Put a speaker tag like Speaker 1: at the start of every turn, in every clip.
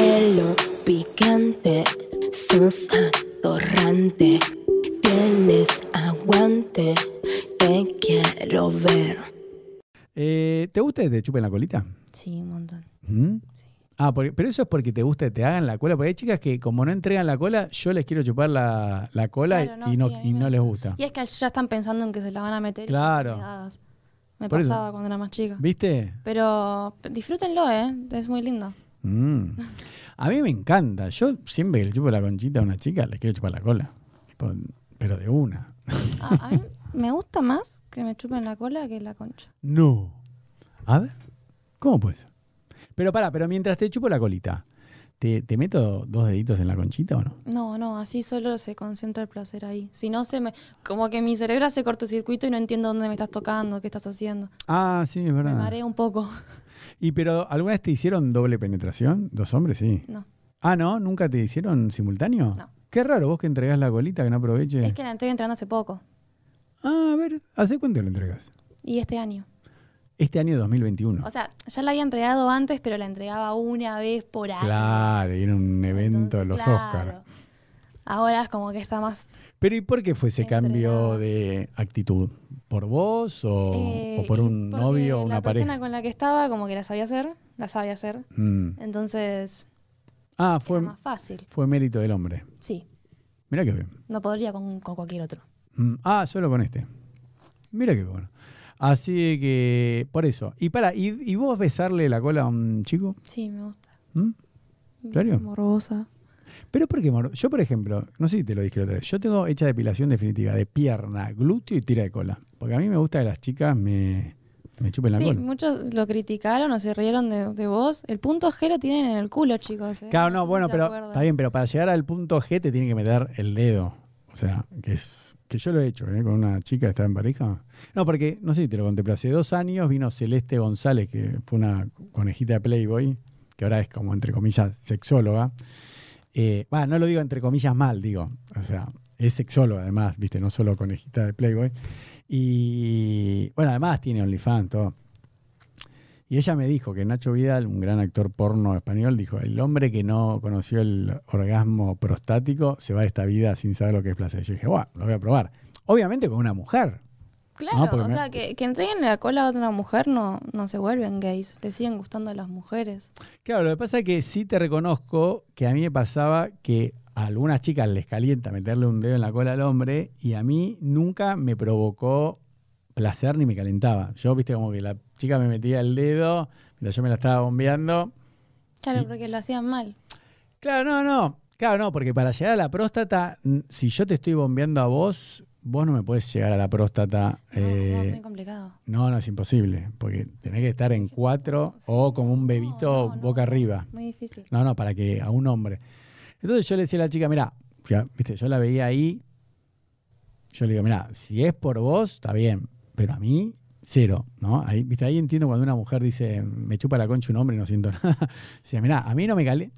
Speaker 1: pelo picante, sos atorrante, tienes aguante, te quiero ver.
Speaker 2: Eh, ¿Te gusta que te chupen la colita?
Speaker 3: Sí, un montón.
Speaker 2: ¿Mm?
Speaker 3: Sí.
Speaker 2: Ah, porque- pero eso es porque te gusta que te hagan la cola. Porque hay chicas que como no entregan la cola, yo les quiero chupar la, la cola
Speaker 3: Claro, no,
Speaker 2: y, no,
Speaker 3: sí, a mí
Speaker 2: y
Speaker 3: me
Speaker 2: no les gusta.
Speaker 3: Y es que ya están pensando en que se la van a meter. y ya
Speaker 2: Claro.
Speaker 3: están negadas. Me
Speaker 2: Por eso.
Speaker 3: pasaba cuando era más chica.
Speaker 2: ¿Viste?
Speaker 3: Pero disfrútenlo, ¿eh? Es muy lindo.
Speaker 2: Mm. A mí me encanta. Yo siempre que le chupo la conchita a una chica, le quiero chupar la cola. Tipo, Pero de una.
Speaker 3: A, a mí me gusta más que me chupen la cola que la concha.
Speaker 2: No. A ver, ¿cómo puede ser? Pero pará, pero mientras te chupo la colita, ¿te, te meto dos deditos en la conchita o no?
Speaker 3: No, no, así solo se concentra el placer ahí. Si no, se me. Como que mi cerebro hace cortocircuito y no entiendo dónde me estás tocando, qué estás haciendo.
Speaker 2: Ah, sí, es
Speaker 3: Me
Speaker 2: verdad.
Speaker 3: mareo un poco.
Speaker 2: ¿Y pero alguna vez te hicieron doble penetración? Dos hombres, sí.
Speaker 3: No.
Speaker 2: Ah, ¿no? ¿Nunca te hicieron simultáneo?
Speaker 3: No.
Speaker 2: Qué raro, vos que entregás la colita, que no aproveches.
Speaker 3: Es que la estoy entrando hace poco.
Speaker 2: Ah, a ver, ¿hace cuánto lo entregas?
Speaker 3: Y este año.
Speaker 2: Este año 2021.
Speaker 3: O sea, ya la había entregado antes, pero la entregaba una vez por año.
Speaker 2: Claro, y era un evento de
Speaker 3: Entonces,
Speaker 2: los
Speaker 3: claro.
Speaker 2: Oscars.
Speaker 3: Ahora es como que está más.
Speaker 2: Pero ¿y por qué fue ese cambio de actitud? ¿Por vos o,
Speaker 3: eh,
Speaker 2: o por
Speaker 3: y
Speaker 2: un
Speaker 3: porque
Speaker 2: novio o una
Speaker 3: La persona
Speaker 2: pareja?
Speaker 3: con la que estaba, como que la sabía hacer, la sabía hacer.
Speaker 2: Mm.
Speaker 3: Entonces,
Speaker 2: Ah,
Speaker 3: fue
Speaker 2: fue,
Speaker 3: más fácil.
Speaker 2: fue mérito del hombre.
Speaker 3: Sí,
Speaker 2: Mira qué bien.
Speaker 3: no podría con, con cualquier otro.
Speaker 2: Mm, Ah, solo con este. Mira qué bueno. Así que, por eso. Y para, ¿y, y vos besarle la cola a un chico?
Speaker 3: Sí, me gusta.
Speaker 2: ¿Mm? ¿En serio?
Speaker 3: Morbosa.
Speaker 2: Pero ¿por qué, Mauro? Yo, por ejemplo, no sé si te lo dije la otra vez, yo tengo hecha depilación definitiva de pierna, glúteo y tira de cola. Porque a mí me gusta que las chicas me, me chupen la
Speaker 3: Sí,
Speaker 2: cola.
Speaker 3: muchos lo criticaron o se rieron de, de vos. El punto G lo tienen en el culo, chicos. ¿eh?
Speaker 2: Claro,
Speaker 3: sé
Speaker 2: no,
Speaker 3: si
Speaker 2: bueno,
Speaker 3: se
Speaker 2: pero
Speaker 3: acuerdan.
Speaker 2: está bien, pero para llegar al punto G te tiene que meter el dedo. O sea, que es que yo lo he hecho ¿eh? con una chica que estaba en pareja. No, porque, no sé si te lo conté, pero hace dos años vino Celeste González, que fue una conejita de Playboy, que ahora es como, entre comillas, sexóloga. Eh, bah, no lo digo entre comillas mal, digo. O sea, es sexóloga además, viste, no solo conejita de Playboy. Y, bueno, además tiene OnlyFans, todo. Y ella me dijo que Nacho Vidal, un gran actor porno español, dijo, el hombre que no conoció el orgasmo prostático se va de esta vida sin saber lo que es placer. Yo dije, guau, lo voy a probar. Obviamente con una mujer.
Speaker 3: Claro,
Speaker 2: No, porque
Speaker 3: o
Speaker 2: me-
Speaker 3: sea, que, que entreguen la cola a otra mujer no, no se vuelven gays. Le siguen gustando a las mujeres.
Speaker 2: Claro, lo que pasa es que sí te reconozco que a mí me pasaba que a algunas chicas les calienta meterle un dedo en la cola al hombre y a mí nunca me provocó placer ni me calentaba. Yo, viste, como que la chica me metía el dedo, mientras yo me la estaba bombeando.
Speaker 3: Claro,
Speaker 2: Y-
Speaker 3: porque lo hacían mal.
Speaker 2: Claro, no, no. Claro, no, porque para llegar a la próstata, n- si yo te estoy bombeando a vos, vos no me puedes llegar a la próstata.
Speaker 3: No, no,
Speaker 2: eh,
Speaker 3: muy complicado.
Speaker 2: no, no, es imposible, porque tenés que estar en cuatro o como un bebito
Speaker 3: No, no,
Speaker 2: boca
Speaker 3: no,
Speaker 2: arriba.
Speaker 3: Muy difícil.
Speaker 2: No, no, para que a un hombre. Entonces yo le decía a la chica, mira, viste, yo la veía ahí. Yo le digo, mira, si es por vos, está bien, pero a mí, cero, ¿no? Ahí, viste, ahí entiendo cuando una mujer dice, me chupa la concha un hombre y no siento nada. Dice, mira, a mí no me cale,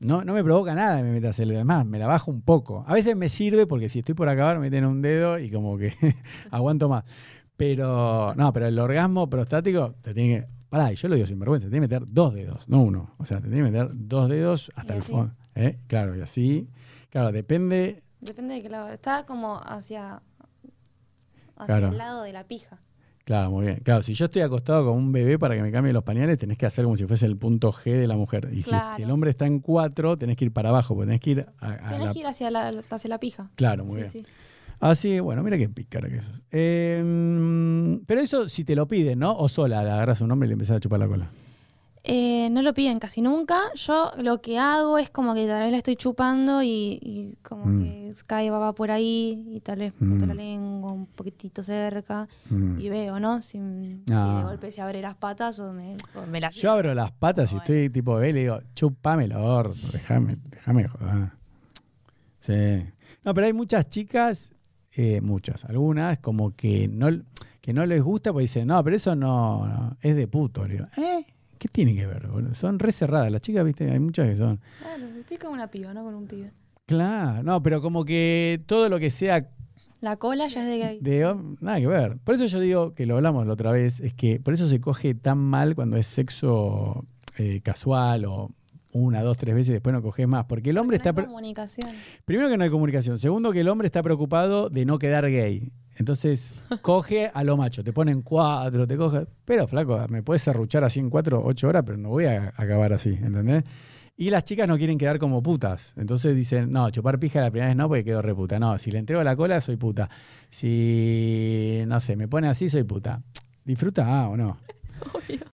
Speaker 2: no, no me provoca nada que me metas el dedo. Además, me la bajo un poco. A veces me sirve porque si estoy por acabar me meten un dedo y como que aguanto más. Pero, no, pero el orgasmo prostático te tiene que. Pará, y yo lo digo sin vergüenza, te tiene que meter dos dedos, no uno. O sea, te tiene que meter dos dedos hasta
Speaker 3: Y
Speaker 2: el
Speaker 3: así.
Speaker 2: fondo. ¿eh? Claro, y así. Claro, depende.
Speaker 3: Depende de qué lado. Está como hacia, hacia
Speaker 2: Claro.
Speaker 3: el lado de la pija.
Speaker 2: Claro, muy bien. Claro, si yo estoy acostado como un bebé para que me cambie los pañales, tenés que hacer como si fuese el punto G de la mujer. Y si
Speaker 3: Claro.
Speaker 2: el hombre está en cuatro, tenés que ir para abajo, porque tenés que ir a, a
Speaker 3: Tienes
Speaker 2: Ah, la-
Speaker 3: que ir hacia la, hacia la pija.
Speaker 2: Claro, muy
Speaker 3: sí,
Speaker 2: bien.
Speaker 3: sí.
Speaker 2: Así que, Ah, bueno, mira qué pícara que sos. Eh, pero eso si te lo piden, ¿no? O sola, le agarras a un hombre y le empezás a chupar la cola.
Speaker 3: Eh, no lo piden casi nunca. Yo lo que hago es como que tal vez la estoy chupando y, y como
Speaker 2: Mm.
Speaker 3: que cae baba por ahí y tal vez meto la
Speaker 2: Mm.
Speaker 3: lengua un poquitito cerca
Speaker 2: Mm.
Speaker 3: y veo, ¿no? Si, si
Speaker 2: Ah.
Speaker 3: de golpe se abre las patas o me, o me las...
Speaker 2: Yo abro las patas y estoy tipo bebé y le digo, chupame el orto, déjame, déjame joder. Sí. No, pero hay muchas chicas, eh, muchas, algunas como que no, que no les gusta porque dicen, no, pero eso no, no, es de puto. Le digo, ¿eh? ¿Qué tiene que ver? boludo? Son re cerradas las chicas, viste, hay muchas que son.
Speaker 3: Claro, estoy con una piba, no con un pibe.
Speaker 2: Claro, no, pero como que todo lo que sea
Speaker 3: La cola ya es de gay.
Speaker 2: de hom- nada que ver. Por eso yo digo que lo hablamos la otra vez, es que por eso se coge tan mal cuando es sexo eh, casual o una, dos, tres veces y después no coges más. Porque el hombre
Speaker 3: No hay
Speaker 2: está. pre-
Speaker 3: comunicación.
Speaker 2: Primero que no hay comunicación. Segundo que el hombre está preocupado de no quedar gay. Entonces, coge a lo macho. Te ponen cuatro, te coge. Pero, flaco, me puedes serruchar así en cuatro, ocho horas, pero no voy a acabar así, ¿entendés? Y las chicas no quieren quedar como putas. Entonces dicen, no, chupar pija la primera vez no, porque quedo reputa. No, si le entrego la cola, soy puta. Si, no sé, me pone así, soy puta. Disfruta, ah, o no.
Speaker 3: Obvio.